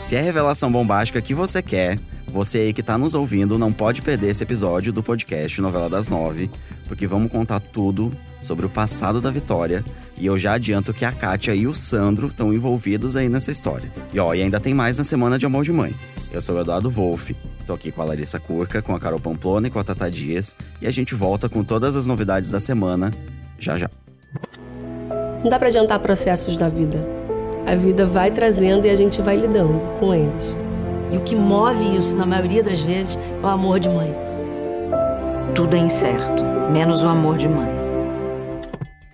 Se é a revelação bombástica que você quer, você aí que tá nos ouvindo não pode perder esse episódio do podcast Novela das Nove, porque vamos contar tudo sobre o passado da Vitória. E eu já adianto que a Kátia e o Sandro estão envolvidos aí nessa história. E ó, e ainda tem mais na Semana de Amor de Mãe. Eu sou o Eduardo Wolff, tô aqui com a Larissa Curca, com a Carol Pamplona e com a Tata Dias. E a gente volta com todas as novidades da semana, já já. Não dá pra adiantar processos da vida. A vida vai trazendo e a gente vai lidando com eles. E o que move isso, na maioria das vezes, é o amor de mãe. Tudo é incerto, menos o amor de mãe.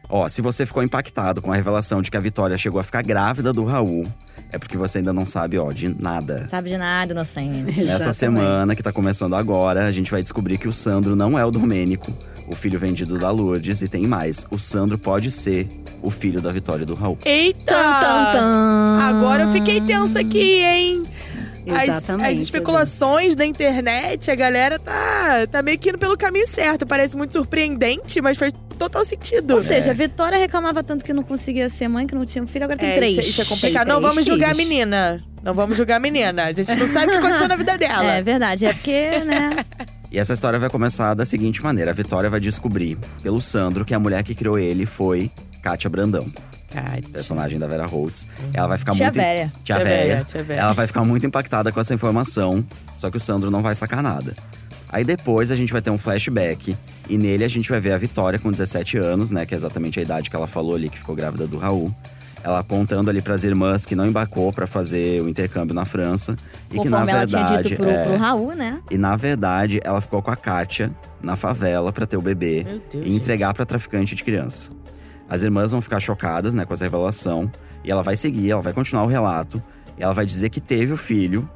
Ó, se você ficou impactado com a revelação de que a Vitória chegou a ficar grávida do Raul, é porque você ainda não sabe, ó, de nada. Sabe de nada, inocente. Nessa semana que tá começando agora, a gente vai descobrir que o Sandro não é o Domênico, o filho vendido da Lourdes, e tem mais. O Sandro pode ser o filho da Vitória e do Raul. Eita! Tan, tan, tan. Ah, Agora eu fiquei tensa aqui, hein? As, Exatamente. as especulações da internet, a galera tá, tá meio que indo pelo caminho certo. Parece muito surpreendente, mas faz total sentido. Ou seja, a Vitória reclamava tanto que não conseguia ser mãe, que não tinha um filho, agora tem É, três. Isso, isso é complicado. Tem Não três vamos julgar a filhos. menina. Não vamos julgar a menina. A gente não sabe o que aconteceu na vida dela. É verdade, é porque, né? E essa história vai começar da seguinte maneira: a Vitória vai descobrir, pelo Sandro, que a mulher que criou ele foi Kátia Brandão, personagem da Vera Holtz. Ela vai ficar Tia muito. velha. Tia Tia véia. véia, tia véia. Ela vai ficar muito impactada com essa informação, só que o Sandro não vai sacar nada. Aí depois a gente vai ter um flashback e nele a gente vai ver a Vitória com 17 anos, né, que é exatamente a idade que ela falou ali que ficou grávida do Raul. Ela apontando ali pras irmãs que não embarcou pra fazer o intercâmbio na França e que na Conforme ela verdade tinha dito pro, é, pro Raul, né? e na verdade ela ficou com a Kátia na favela pra ter o bebê Meu Deus. e entregar pra traficante de criança. As irmãs vão ficar chocadas, né, com essa revelação, e ela vai seguir, ela vai continuar o relato, e ela vai dizer que teve o filho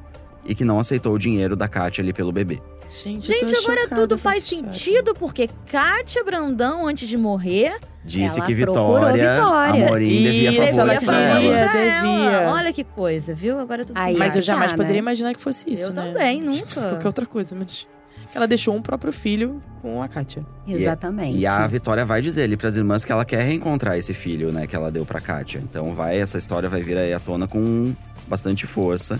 e que não aceitou o dinheiro da Kátia ali pelo bebê. Gente, eu tô Gente, agora chocada tudo com faz essa história. sentido, porque Kátia Brandão, antes de morrer, Disse Ela que procurou Vitória, Vitória. Amorim Isso, devia ela favores devia pra queria. ela. pra devia. ela. Olha que coisa, viu? Agora tudo Aí, Mas ó. eu jamais tá, né? poderia imaginar que fosse isso, né? também, Acho que nunca. fosse qualquer outra coisa, mas… que Ela deixou um próprio filho com a Kátia. Exatamente. E a Vitória vai dizer ali pras irmãs que ela quer reencontrar esse filho, né, que ela deu pra Kátia. Então vai, essa história vai vir aí à tona com bastante força.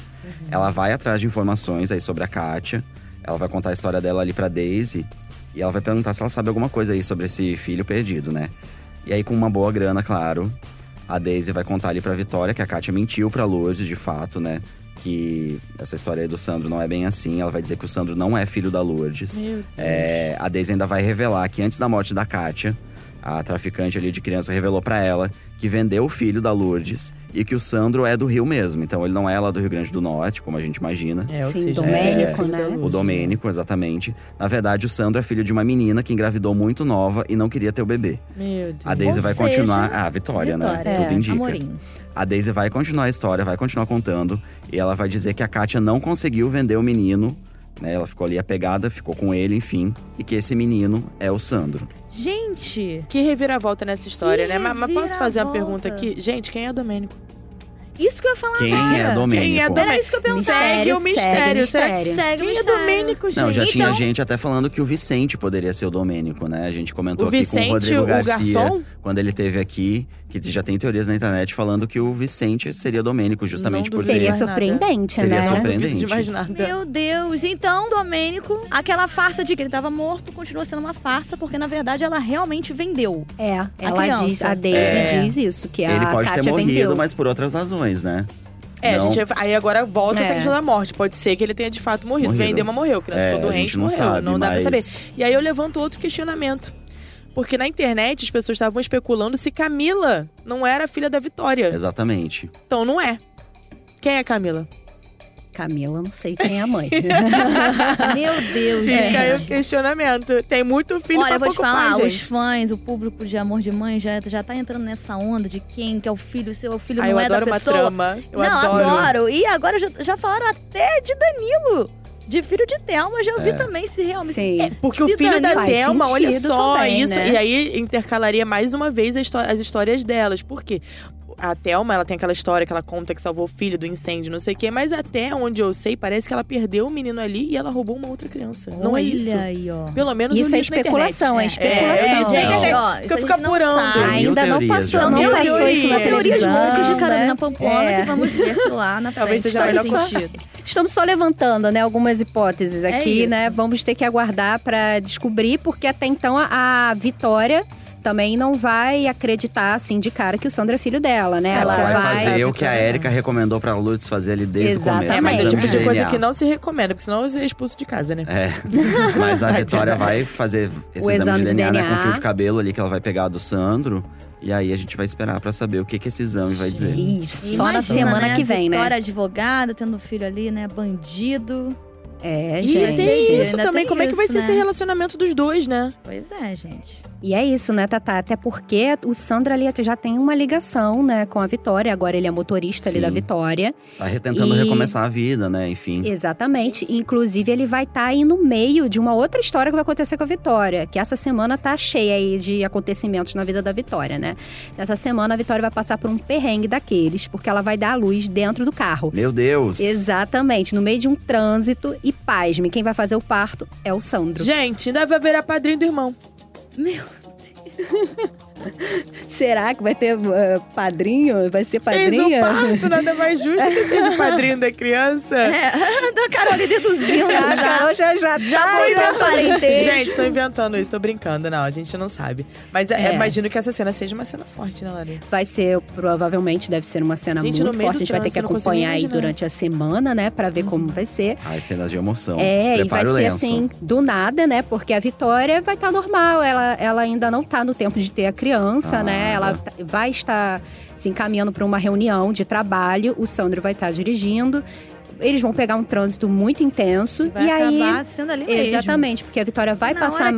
Ela vai atrás de informações aí sobre a Kátia. Ela vai contar a história dela ali pra Daisy. E ela vai perguntar se ela sabe alguma coisa aí sobre esse filho perdido, né? E aí, com uma boa grana, claro, a Daisy vai contar ali pra Vitória que a Kátia mentiu pra Lourdes, de fato, né? Que essa história aí do Sandro não é bem assim. Ela vai dizer que o Sandro não é filho da Lourdes. Meu É, a Daisy ainda vai revelar que antes da morte da Kátia, a traficante ali de criança revelou pra ela que vendeu o filho da Lourdes e que o Sandro é do Rio mesmo. Então ele não é lá do Rio Grande do Norte, como a gente imagina. É, ou Sim, seja, Domênico, é filho né? da Lourdes. O Domênico, exatamente. Na verdade, o Sandro é filho de uma menina que engravidou muito nova e não queria ter o bebê. Meu Deus. A Daisy Tá. Ou vai seja, continuar. Ah, a Vitória, Vitória, né? Tudo é, indica. Amorim. A Daisy vai continuar a história, vai continuar contando. E ela vai dizer que a Kátia não conseguiu vender o menino. Né? Ela ficou ali apegada, ficou com ele, enfim. E que esse menino é o Sandro. Gente, Que reviravolta nessa história, Que né? Mas, mas posso fazer uma reviravolta. pergunta aqui? Gente, quem é Domênico? isso que eu ia falar Quem é agora. Domênico? Ah, Quem é Era isso que eu pensei. Segue o mistério. Será que mistério. Segue o Quem é mistério. Domênico, gente? Não, já tinha Então, gente até falando que o Vicente poderia ser o Domênico, né? A gente comentou O aqui com o Vicente, Rodrigo o Garcia, garçom? quando ele teve aqui, que já tem teorias na internet falando que o Vicente seria Domênico, justamente Não por duvido. Seria ter. Não, surpreendente, Seria né? não duvido surpreendente. de mais nada. Meu Deus, então, Domênico, aquela farsa de que ele tava morto continua sendo uma farsa, porque na verdade ela realmente vendeu. É, ela criança. diz, a Daisy É. diz isso, que Ele a pode Kátia ter morrido, vendeu. mas por outras razões, né? É, Não. gente, aí agora volta É. essa questão da morte. Pode ser que ele tenha de fato morrido. Morrido. Vendeu, mas morreu. A criança É, ficou a doente, gente não morreu. sabe, não dá mas- pra saber. E aí eu levanto outro questionamento. Porque na internet as pessoas estavam especulando se Camila não era filha da Vitória. Exatamente. Então não é. Quem é Camila? Camila, não sei quem é a mãe. Meu Deus, Fica aí o gente. questionamento. Tem muito filho Olha, pra eu vou te pouco falar, pai, os gente. fãs, o público de amor de mãe já, já tá entrando nessa onda de quem que é o filho seu, o filho Ah, não eu é da adoro uma pessoa. trama. Eu não, adoro. E agora já, já falaram até de Danilo. De filho de Thelma, já ouvi também se realmente. Sim. Porque o Se filho dane- da faz Thelma, olha sentido só também, isso. né? E aí intercalaria mais uma vez a histó- as histórias delas. Por quê? a Thelma, ela tem aquela história que ela conta que salvou o filho do incêndio, não sei o quê, mas até onde eu sei, parece que ela perdeu o menino ali e ela roubou uma outra criança. Não é isso. Olha aí, ó. Pelo menos Isso eu é li na especulação, é internet. especulação. É, isso aí, Não. gente, Ó, que isso eu fico a gente não apurando. sabe. Mil Ainda não teorias, já. passou, não Mil passou isso na teorias. Teorias televisão. loucas de Carolina né? Pampona É. que vamos ver se lá na Talvez frente. seja a melhor Estamos só- curtida. Estamos só levantando, né, algumas hipóteses É aqui, isso. né? Vamos ter que aguardar para descobrir, porque até então a, a Vitória também não vai acreditar assim de cara que o Sandro é filho dela, né? Ela vai, fazer vai- o que a Erika recomendou pra Lutz fazer ali desde Exatamente. o começo. É, mas é o tipo de exame coisa DNA. que não se recomenda, porque senão você é expulso de casa, né? É. Mas a Vitória vai fazer esse O exame, exame de de DNA, né, com DNA. fio de cabelo ali que ela vai pegar do Sandro. E aí a gente vai esperar pra saber o que, que esse exame vai dizer. Isso, só na Imagina, semana né? que vem, né? Vitória advogada, tendo um filho ali, né? Bandido. É, E gente. tem isso ainda também, tem como é que vai isso, ser né? esse relacionamento dos dois, né? Pois é, gente. E é isso, né, Tatá? Até porque o Sandro ali já tem uma ligação, né, com a Vitória. Agora ele é motorista ali Sim. da Vitória. Tá re- tentando E- recomeçar a vida, né? Enfim. Exatamente. Inclusive, ele vai estar aí no meio de uma outra história que vai acontecer com a Vitória. Que essa semana tá cheia aí de acontecimentos na vida da Vitória, né? Nessa semana, a Vitória vai passar por um perrengue daqueles, porque ela vai dar a luz dentro do carro. Meu Deus! Exatamente, no meio de um trânsito. E pasme, quem vai fazer o parto é o Sandro. Gente, ainda vai virar padrinho do irmão. Será que vai ter eh, padrinho? Vai ser Fez o padrinha? parto, nada mais justo que seja padrinho da criança. É, da Carolina deduzindo. A Carol já, já, tá aí pra parentesco. Gente, tô inventando isso, tô brincando. Não, a gente não sabe. Mas é, É. imagino que essa cena seja uma cena forte, né, Lari? Vai ser, provavelmente, deve ser uma cena Gente, no muito meio do forte. A gente vai ter que trânsito, eu não consigo acompanhar aí imaginar. durante a semana, né? Pra ver como vai ser. Ai, cenas de emoção. É, e vai Então, Prepara o ser lenço. assim, do nada, né? Porque a Vitória vai estar normal. Ela, ela ainda não tá no tempo de ter a criança, Ah, né? Ela tá. tá- vai estar se encaminhando para uma reunião de trabalho. O Sandro vai estar dirigindo. Eles vão pegar um trânsito muito intenso. Vai e aí. acabar sendo ali mesmo. Exatamente, porque a Vitória vai Na passar hora que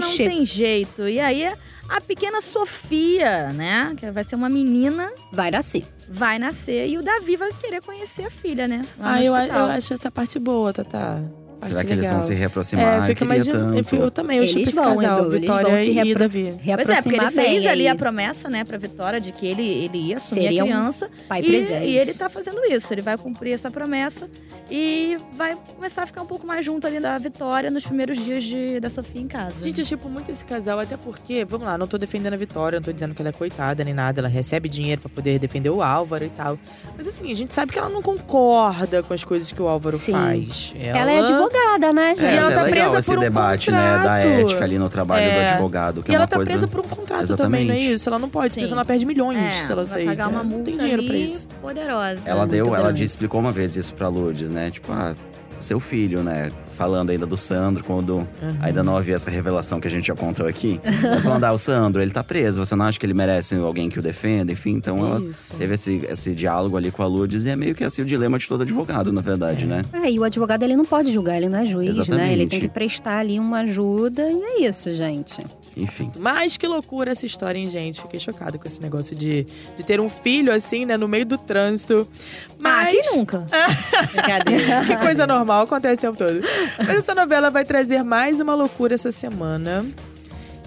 chega, não che- tem jeito. E aí, a pequena Sofia, né? Que vai ser uma menina, Vai nascer. vai nascer. E o Davi vai querer conhecer a filha, né? Lá Ah, no eu, eu hospital. acho essa parte boa, Tatá. Parte Será que eles legal. vão se É, eu reaproximar? eu fico queria imaginando. Eu, tanto. fico- eu também, eu Eles chupo esse vão, casal, Edu, eles Vitória vão se e repro- Davi. Pois é, porque Reaproximar ele fez bem ali a aí. promessa, né, pra Vitória de que ele, ele ia assumir Seria a um criança. Pai e, presente. e ele tá fazendo isso, ele vai cumprir essa promessa e vai começar a ficar um pouco mais junto ali da Vitória nos primeiros dias de, da Sofia em casa. Gente, eu chupo muito esse casal, até porque, vamos lá, não tô defendendo a Vitória, não tô dizendo que ela é coitada nem nada, ela recebe dinheiro pra poder defender o Álvaro e tal. Mas assim, a gente sabe que ela não concorda com as coisas que o Álvaro Sim. faz. Ela é advogada, né, gente? É, ela até tá legal presa esse por um debate, né? Da contrato. ética ali no trabalho do É. advogado, que E é ela uma tá coisa. presa por um contrato Exatamente. também, não é isso? Ela não pode, Sim. porque senão ela perde milhões É, se ela vai sair. pagar uma né? não multa tem dinheiro pra ali isso. poderosa. É Ela deu, ela grande. disse- explicou uma vez isso pra Lourdes, né? Tipo, ah, o seu filho, né? Falando ainda do Sandro, quando ainda não havia essa revelação que a gente já contou aqui. Mas mandar o Sandro, ele tá preso, você não acha que ele merece alguém que o defenda? Enfim, então ela Isso. teve esse, esse diálogo ali com a Lourdes e é meio que assim o dilema de todo advogado, na verdade, né? É, e o advogado ele não pode julgar, ele não é juiz, né? Ele tem Exatamente. que prestar ali uma ajuda e é isso, gente. Enfim. Mas que loucura essa história, hein, gente? Fiquei chocada com esse negócio de, de ter um filho assim, né, no meio do trânsito. Ah, quem é, né? Mas. nunca? Brincadeira. que coisa normal, acontece o tempo todo. Mas essa novela vai trazer mais uma loucura essa semana.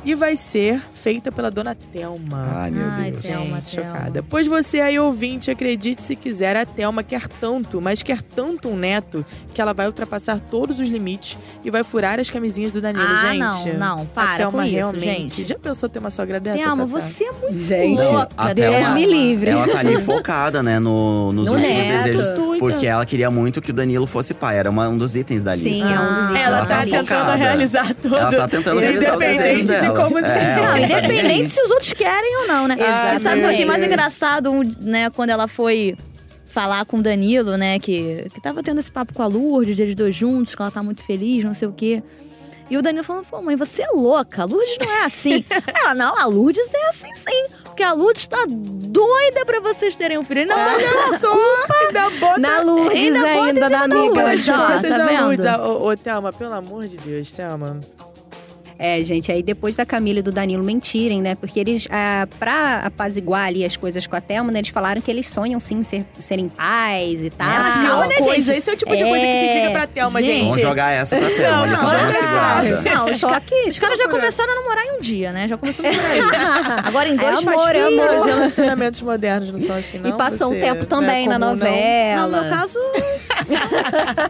E vai ser feita pela dona Thelma. Ai, meu Ai, é Deus. Thelma. Chocada. Pois você aí, ouvinte, acredite se quiser, a Thelma quer tanto, mas quer tanto um neto, que ela vai ultrapassar todos os limites e vai furar as camisinhas do Danilo, ah, gente. não, não. a Para Thelma com isso, realmente. gente. Já pensou ter uma sogra dessa? Thelma, Tatá? você é muito Gente, louca. a Deus Thelma- me livre. Ela tá ali focada, né, no, nos No é últimos neto. desejos. Doida. Porque ela queria muito que o Danilo fosse pai, era uma- um dos itens da Sim, lista. é um dos Ela itens Ela da tá lista. tentando focada. realizar tudo. Ela tá tentando realizar os desejos Independente de dela. como É, seja. ela Não, tá bem independente nisso. se os outros querem ou não, né? Exatamente. E Sabe o que eu achei mais engraçado, um, né, quando ela foi falar com o Danilo, né, que, que tava tendo esse papo com a Lourdes, eles dois juntos, que ela tá muito feliz, não sei o quê. E o Danilo falando, pô, mãe, você é louca, a Lourdes não é assim. ela, não, a Lourdes é assim sim, porque a Lourdes tá doida pra vocês terem um filho. Ele, Não, Olha só, ainda bota Na Lourdes Ainda bota ainda, em da cima da negra. Lourdes, Mas ó, vocês tá não vendo? usam. Ô, ô, Thelma, pelo amor de Deus, Thelma. É, gente, aí depois da Camila e do Danilo mentirem, né? Porque eles, ah, pra apaziguar ali as coisas com a Thelma, né, eles falaram que eles sonham sim ser, serem pais e tal. Mas Ah, não, né, coisa, esse é o tipo de coisa que se diga pra É. Thelma, Gente. gente. Vamos jogar essa pra tela, olha, Não, pra dar uma olha só. tipo, segurada. Não, os, Só ca- que. os caras já loucura. começaram a namorar em um dia, né? Já começou por aí. Agora em É dois faz amor, é filho. amor. Os relacionamentos modernos não são assim, não. e passou você, um tempo né, também na como não. Não, novela. É, no meu caso,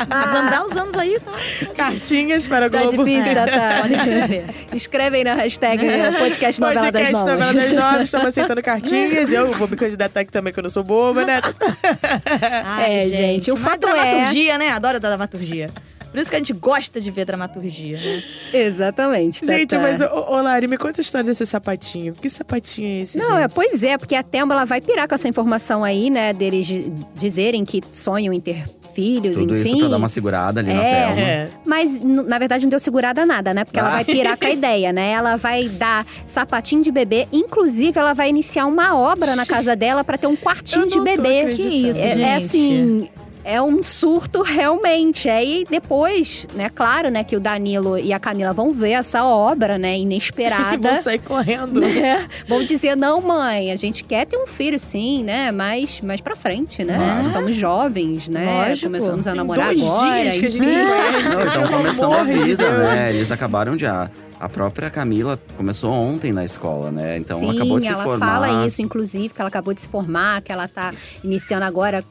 desandar os anos aí, tá? Cartinhas para a Tá Globo. É. difícil, tá? Pode escrever. Escrevem na hashtag né, podcast novela das Podcast novas. Novela das Nove, estamos aceitando cartinhas. Eu vou me candidatar aqui também, que eu não sou boba, né? Ai, É, gente, o mas fato é- dramaturgia, né? Adoro dramaturgia. Por isso que a gente gosta de ver dramaturgia, né? Exatamente, tá, Tatá. Gente, mas, ô, ô, Lari, me conta a história desse sapatinho. Que sapatinho é esse, Não, gente? é, pois é, porque a Thelma ela vai pirar com essa informação aí, né? Deles di- dizerem que sonham em ter filhos, Tudo enfim. isso pra dar uma segurada ali na É. tela. É. Mas, n- na verdade, não deu segurada nada, né? Porque ela Ah. vai pirar com a ideia, né? Ela vai dar sapatinho de bebê. Inclusive, ela vai iniciar uma obra na casa dela pra ter um quartinho Eu de não tô bebê. acreditando. Que isso, é, gente? é assim. É um surto realmente. Aí depois, né, claro, né, que o Danilo e a Camila vão ver essa obra, né, E vou inesperada. sair correndo. né? Vão dizer, não, mãe, a gente quer ter um filho, sim, né? Mas mais pra frente, né? Claro. Somos jovens, né? Lógico. Começamos a namorar Dois agora. dias que a gente enfim. se conhece. Não, então Pelo começando a amor de vida, Deus. né? Eles acabaram de. A, a própria Camila começou ontem na escola, né? Então Sim, acabou de se ela formar. fala isso, inclusive, que ela acabou de se formar, que ela tá iniciando agora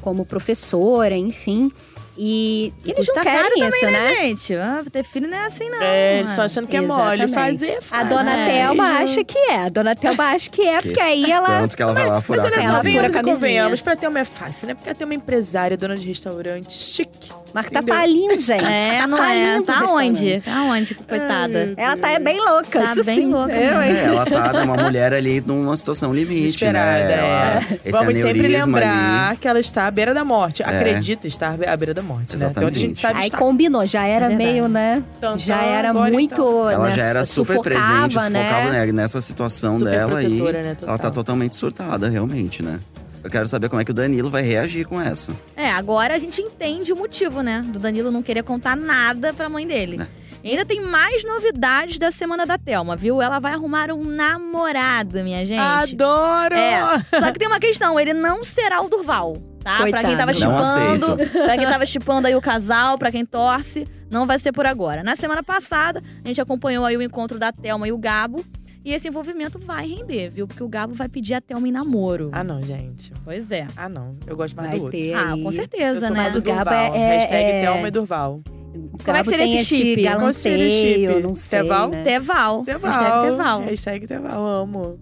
como professora, enfim. E, e eles não Custa caro querem isso, né? Gente, ah, ter filho não é assim, não. É, mano. só achando que é Exatamente. mole. Fazer, A faz. dona Ah, Thelma é. acha que é. A dona Thelma acha que é, Que porque aí ela. Tanto que ela vai lá furar Mas a olha Ela camisinha. só, fura venhamos a e camisinha. convenhamos. Pra Thelma é fácil, né? Porque a Thelma é empresária, dona de restaurante, chique. né? Mas tá Entendeu? palindo, gente. É, tá não é. palindo o Tá onde? restaurante. Tá onde, coitada? Ela tá é bem louca, Tá isso bem sim. louca Eu, mesmo. hein? É, ela tá uma mulher ali numa situação limite, Desesperada, é. né? Ela, Esse Vamos sempre aneurisma lembrar ali. É. que ela está à beira da morte. Acredita estar à beira da morte, né? Até onde a gente Exatamente. sabe Aí está. combinou, já era É verdade. meio, né? Tantão, Já era Então tá, agora, muito. então. Ela né, já era super sufocava, presente, sufocava né? nessa situação Super dela e protetora, né, total. ela tá totalmente surtada, realmente, né? Eu quero saber como é que o Danilo vai reagir com essa. É, agora a gente entende o motivo, né? Do Danilo não querer contar nada pra mãe dele. E ainda tem mais novidades da semana da Thelma, viu? Ela vai arrumar um namorado, minha gente. Adoro! É, só que tem uma questão, ele não será o Durval, tá? Pra quem tava Coitado. Não chipando, pra quem tava chipando aí o casal, pra quem torce, não vai ser por agora. Na semana passada, a gente acompanhou aí o encontro da Thelma e o Gabo, e esse envolvimento vai render, viu? Porque o Gabo vai pedir a Thelma em namoro. Ah, não, gente. Pois é. Ah, não. Eu gosto mais Vai do outro. ter. E Ah, aí? com Eu certeza, sou né? mais Mas o o Gabo Durval. é- Hashtag é- Thelma e Durval. Como é que seria tem esse chip? Qual seria o chip? galanteio, não sei, Teval? né? Teval. Teval. É. Hashtag Teval. Hashtag Teval, amo.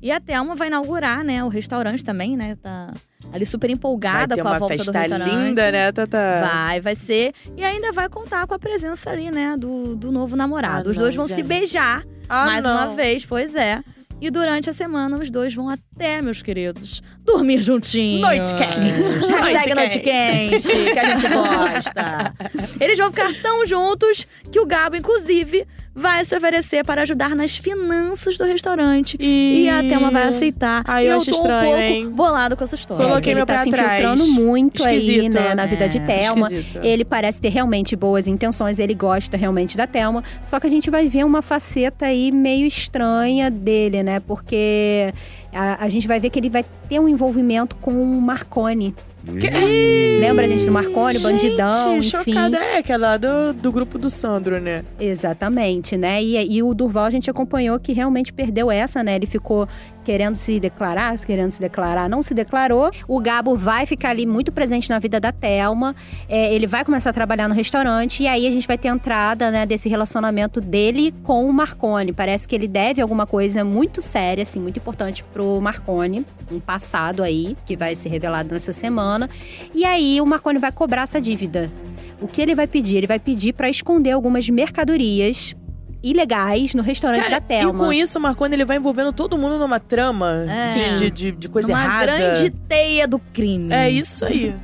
E a Thelma vai inaugurar, né, o restaurante também, né? Tá ali super empolgada Vai ter com a uma volta do festa restaurante. linda, né, Tata? Vai, vai ser. E ainda vai contar com a presença ali, né, do, do novo namorado. Ah, os dois não, vão se gente. beijar Ah, mais não. uma vez, pois é. E durante a semana, os dois vão até, meus queridos, dormir juntinhos. Noite quente. Hashtag noite Noite quente, que a gente gosta. Eles vão ficar tão juntos que o Gabo, inclusive, vai se oferecer para ajudar nas finanças do restaurante. E, a Thelma vai aceitar. Ai, E eu eu acho tô estranho, um pouco hein? bolado com essa história. É, que Coloquei ele meu tá pé se atrás. infiltrando muito aí, Esquisito, né, na né? vida de Thelma. Esquisito. Ele parece ter realmente boas intenções, ele gosta realmente da Thelma. Só que a gente vai ver uma faceta aí meio estranha dele, né? Porque a, a gente vai ver que ele vai ter um envolvimento com o Marconi. Lembra a gente do Marconi, bandidão, Gente, enfim. chocada. É aquela do, do grupo do Sandro, né? Exatamente, né? E, e o Durval a gente acompanhou que realmente perdeu essa, né? Ele ficou querendo se declarar, querendo se declarar, não se declarou. O Gabo vai ficar ali muito presente na vida da Thelma. É, ele vai começar a trabalhar no restaurante e aí a gente vai ter a entrada, né, desse relacionamento dele com o Marconi. Parece que ele deve alguma coisa muito séria, assim, muito importante pro Marconi, um passado aí que vai ser revelado nessa semana. E aí o Marconi vai cobrar essa dívida. O que ele vai pedir? Ele vai pedir pra esconder algumas mercadorias ilegais no restaurante da Thelma. E com isso, o Marconi ele vai envolvendo todo mundo numa trama É. assim, de, de, de coisa Uma errada. grande teia do crime. É isso aí.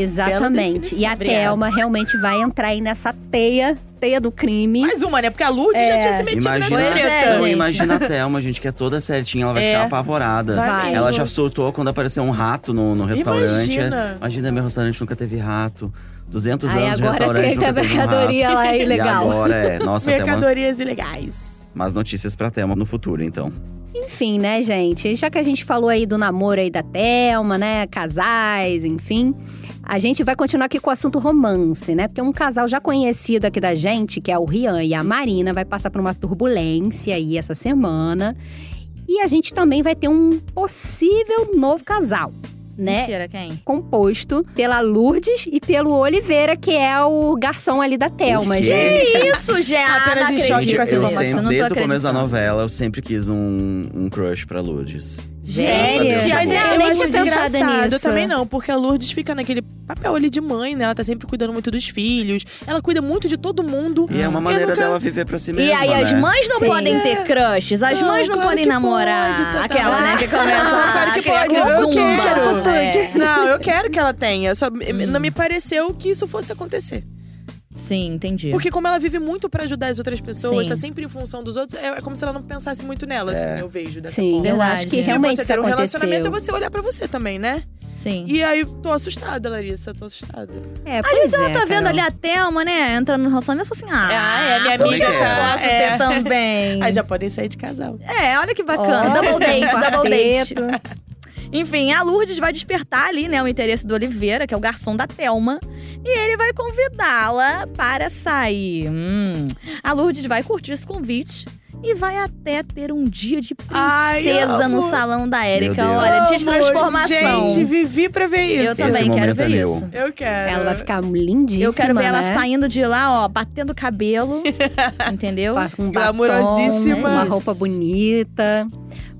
Exatamente. E a Bela definição. Thelma realmente vai entrar aí nessa teia, teia do crime. Mais uma, né? Porque a Lourdes É. já tinha se metido Imagina, na Pois né, é, treta. Não, gente. imagina a Thelma, gente, que é toda certinha, ela vai É. ficar apavorada. Vai. Ela já surtou quando apareceu um rato no, no restaurante. Imagina. Imagina, meu restaurante nunca teve rato. 200 Aí anos de agora restaurante tem nunca até a teve um mercadoria lá rato. E ilegal. agora é, nossa, até uma, Mercadorias ilegais. umas notícias pra Thelma no futuro, então. Enfim, né, gente? Já que a gente falou aí do namoro aí da Thelma, né? Casais, enfim. A gente vai continuar aqui com o assunto romance, né? Porque um casal já conhecido aqui da gente, que é o Rian e a Marina, vai passar por uma turbulência aí essa semana. E a gente também vai ter um possível novo casal, né? Mentira, quem? Composto pela Lourdes e pelo Oliveira, que é o garçom ali da Thelma, quê? gente. Isso, Gé! Apenas não em choque acredito. com essa eu informação, sempre, não tô desde o começo da acreditando. novela, eu sempre quis um, um crush pra Lourdes. Sério? Nossa, Deus, Mas amor. é, eu eu nem acho tinha pensado engraçado. nisso. Eu também não, porque a Lourdes fica naquele papel ali de mãe, né? Ela tá sempre cuidando muito dos filhos. Ela cuida muito de todo mundo. E é uma Eu maneira nunca- dela viver pra si mesma, E aí, né? as mães não Sim. podem ter crushes, as Não, mães não Ah, claro podem que namorar. pode, tá, Tatá. Aquelas, né, que começam a Claro que querer pode, com eu zumba. quero. É. Hum. Não, eu quero que ela tenha. Só não me pareceu que isso fosse acontecer. Sim, entendi. Porque como ela vive muito pra ajudar as outras pessoas, É. Sim. tá sempre em função dos outros, é é como se ela não pensasse muito nela, É. assim, eu vejo dessa Sim, forma. eu Verdade, acho que né? realmente você isso ter um aconteceu. relacionamento é você olhar pra você também, né? Sim. E aí, tô assustada, Larissa, tô assustada. É, Às pois vezes ela é, tá vendo Carol. ali a Thelma, né? Entrando no relacionamento e fala assim: Ah, Também amiga quero. tá- Posso ter também. É. Aí já podem sair de casal. É, olha que bacana. Olha, double date, double date. quarteto. Enfim, a Lourdes vai despertar ali, né, o interesse do Oliveira, que é o garçom da Thelma. E ele vai convidá-la para sair. Hum. A Lourdes vai curtir esse convite. E vai até ter um dia de Ai, princesa no amo. salão da Érica. Deus. Olha, dia de Amor, transformação. Gente, vivi pra ver isso. eu também quero momento ver é meu. isso. Eu quero. Ela vai ficar lindíssima, Eu quero ver ela né? saindo de lá, ó, batendo cabelo. entendeu? Pa- com um batom, Glamurosíssima. uma roupa bonita.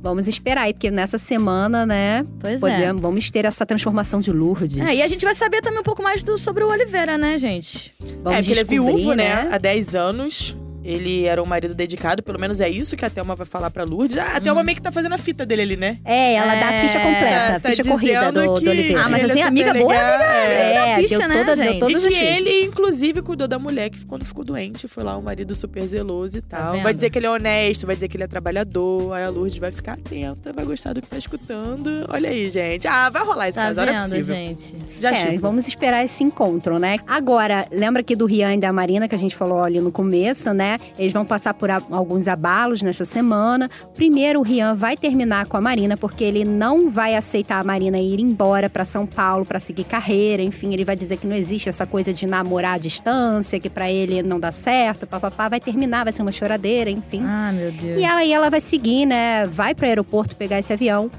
Vamos esperar aí, porque nessa semana, né, Pois é. podemos, vamos ter essa transformação de Lourdes. É, e a gente vai saber também um pouco mais do- sobre o Oliveira, né, gente? é, vamos porque ele é descobrir, viúvo, né? Há 10 anos. Ele era um marido dedicado, pelo menos é isso que a Thelma vai falar pra Lourdes. Ah, a Thelma meio que tá fazendo a fita dele ali, né? É, ela dá a ficha Uhum. É, completa, a tá ficha corrida dizendo do, que do Oliveira. Ah, mas ele assim, é amiga super boa é legal. Ele dá é, ficha, deu, né, toda, gente? deu todas e as que fichas. ele, inclusive, cuidou da mulher que quando ficou doente, foi lá um marido super zeloso e tal. Tá vendo? vai dizer que ele é honesto, vai dizer que ele é trabalhador. Aí a Lourdes vai ficar atenta, vai gostar do que tá escutando. Olha aí, gente. Ah, vai rolar esse Tá casal, não é vendo, possível. gente? Já É, chupo. vamos esperar esse encontro, né? Agora, lembra aqui do Rian e da Marina, que a gente falou ali no começo, né? Eles vão passar por a- alguns abalos nesta semana. Primeiro, o Rian vai terminar com a Marina, porque ele não vai aceitar a Marina ir embora pra São Paulo pra seguir carreira. Enfim, ele vai dizer que não existe essa coisa de namorar à distância, que pra ele não dá certo, papapá. Vai terminar, vai ser uma choradeira, enfim. Ah, meu Deus. E ela, e ela vai seguir, né? Vai para o aeroporto pegar esse avião.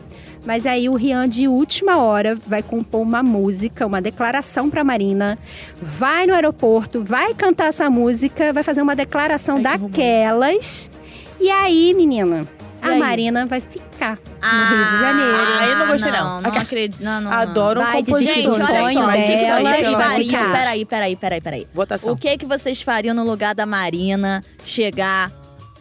Mas aí o Rian, de última hora, vai compor uma música, uma declaração pra Marina. Vai no aeroporto, vai cantar essa música, vai fazer uma declaração Ai, que daquelas. E aí, menina, E a aí? Marina vai ficar no Rio de Janeiro. Ah, eu não gostei, não. Não, não acredito. Não, não, não. Adoro Vai um compositor. desistir Gente, do olha sonho só, dela, isso aí, é elas vocês vão fariam- ficar. Peraí, peraí, peraí, peraí. O Votação. que que vocês fariam no lugar da Marina? Chegar,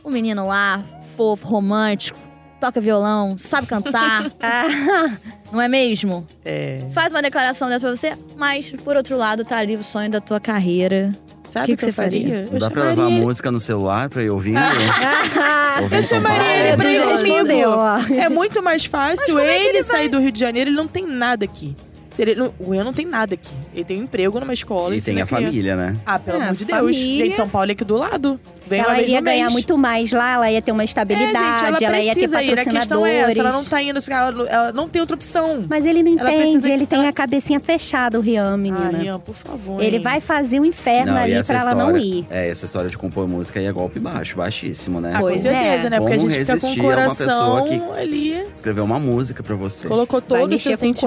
o menino lá, fofo, romântico, toca violão, sabe cantar, Ah, não é mesmo? É. Faz uma declaração dessa pra você, mas por outro lado tá ali o sonho da tua carreira. Sabe o que que, que eu você faria? faria? Não Eu dá pra chamaria levar a ele. música no celular pra eu ouvir? ah, Ouvindo São chamaria Paulo? ele pra ir Edu já comigo. respondeu, ó. É muito mais fácil ele sair do Rio de Janeiro, ele não tem nada aqui. Se ele não- O Ian não tem nada aqui. Ele tem um emprego numa escola. E ensina tem a criança. família, né? Ah, pelo É, amor de Deus. família. Gente, São Paulo é aqui do lado. Vem uma Ela vez no ia ganhar mês. muito mais lá, ela ia ter É, uma gente, estabilidade, ela, ia ter precisa ir. patrocinadores. A questão é essa, ela não tá indo, ela, ela não tem outra opção. Mas ele não Ela entende, precisa- ele tem a cabecinha fechada, o Rian, Ah, menina. Ian, por favor. ele hein. vai fazer um inferno Não, e ali essa pra ela não história- ir. É, essa história de compor música aí é golpe baixo, baixíssimo, né? Ah, com Pois é. certeza, né? Porque a Como gente fica com o resistir a uma pessoa coração que- ali. Escrever uma música pra você. Colocou todo Vai o seu mexer com o sentimento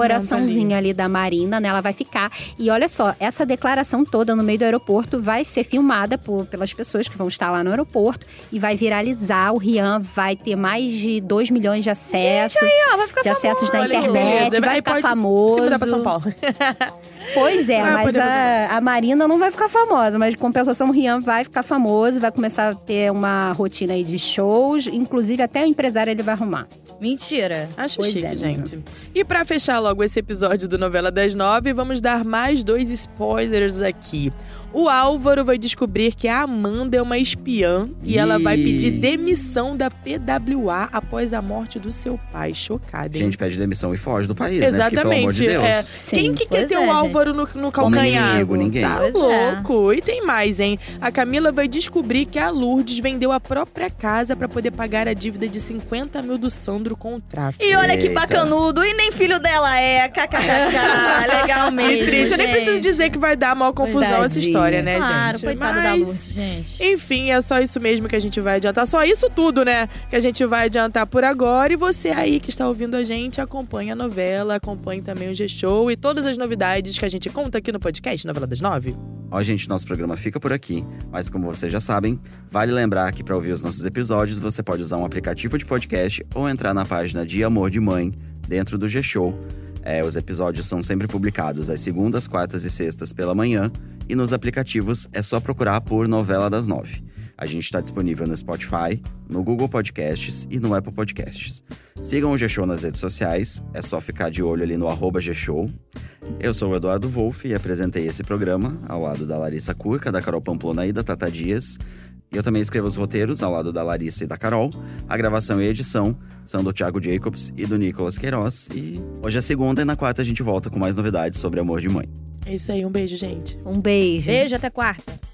ali. coraçãozinho ali. da Marina, né? Ela vai ficar. E olha só, essa declaração toda no meio do aeroporto vai ser filmada por- pelas pessoas que vão estar lá no aeroporto e vai viralizar. O Rian vai ter mais de 2 milhões de acessos, Ah, vai ficar de acessos na Olha que internet, tá beleza. vai Aí ficar pode famoso. Se mudar pra São Paulo. Pois é, Vai mas poder fazer. a, a Marina não vai ficar famosa, mas de compensação o Rian vai ficar famoso, vai começar a ter uma rotina aí de shows, inclusive até o empresário ele vai arrumar. Mentira. Acho Pois né? chique, é, gente. E pra fechar logo esse episódio do Novela das Nove, vamos dar mais dois spoilers aqui. O Álvaro vai descobrir que a Amanda é uma espiã e ela vai Ih. pedir demissão da PWA após a morte do seu pai. Chocada, hein? Gente, pede demissão e foge do país, né? Porque, pelo amor Exatamente, de Deus. é. Sim, Quem que quer pois ter é, o gente. Álvaro no, no calcanhar? inimigo, ninguém. Tá Pois é. louco. E tem mais, hein? A Camila vai descobrir que a Lourdes vendeu a própria casa pra poder pagar a dívida de 50 mil do Sandro com o tráfico. E olha que Eita. bacanudo. E nem filho dela é. KKKK. Legal mesmo. Que triste. Eu nem gente. preciso dizer que vai dar maior confusão essa Coitadinha. história, né, Claro, gente? coitado da Lourdes, gente. Enfim, é só isso mesmo que a gente vai adiantar. Só isso tudo, né? Que a gente vai adiantar por agora. E você aí que está ouvindo a gente, acompanha a novela, acompanhe também o G-Show e todas as novidades que a gente conta aqui no podcast Novela das Nove. Ó, gente, nosso programa fica por aqui, mas como vocês já sabem, vale lembrar que para ouvir os nossos episódios, você pode usar um aplicativo de podcast ou entrar na página de Amor de Mãe dentro do G-Show. É, os episódios são sempre publicados às segundas, quartas e sextas pela manhã, e nos aplicativos é só procurar por Novela das Nove. A gente está disponível no Spotify, no Google Podcasts e no Apple Podcasts. Sigam o G-Show nas redes sociais, é só ficar de olho ali no arroba G-Show. Eu sou o Eduardo Wolff e apresentei esse programa ao lado da Larissa Curca, da Carol Pamplona e da Tata Dias. E Eu também escrevo os roteiros ao lado da Larissa e da Carol. A gravação e a edição são do Thiago Jacobs e do Nicolas Queiroz. E hoje é segunda e na quarta a gente volta com mais novidades sobre Amor de Mãe. É isso aí, um beijo, gente. Um beijo. Beijo, até quarta.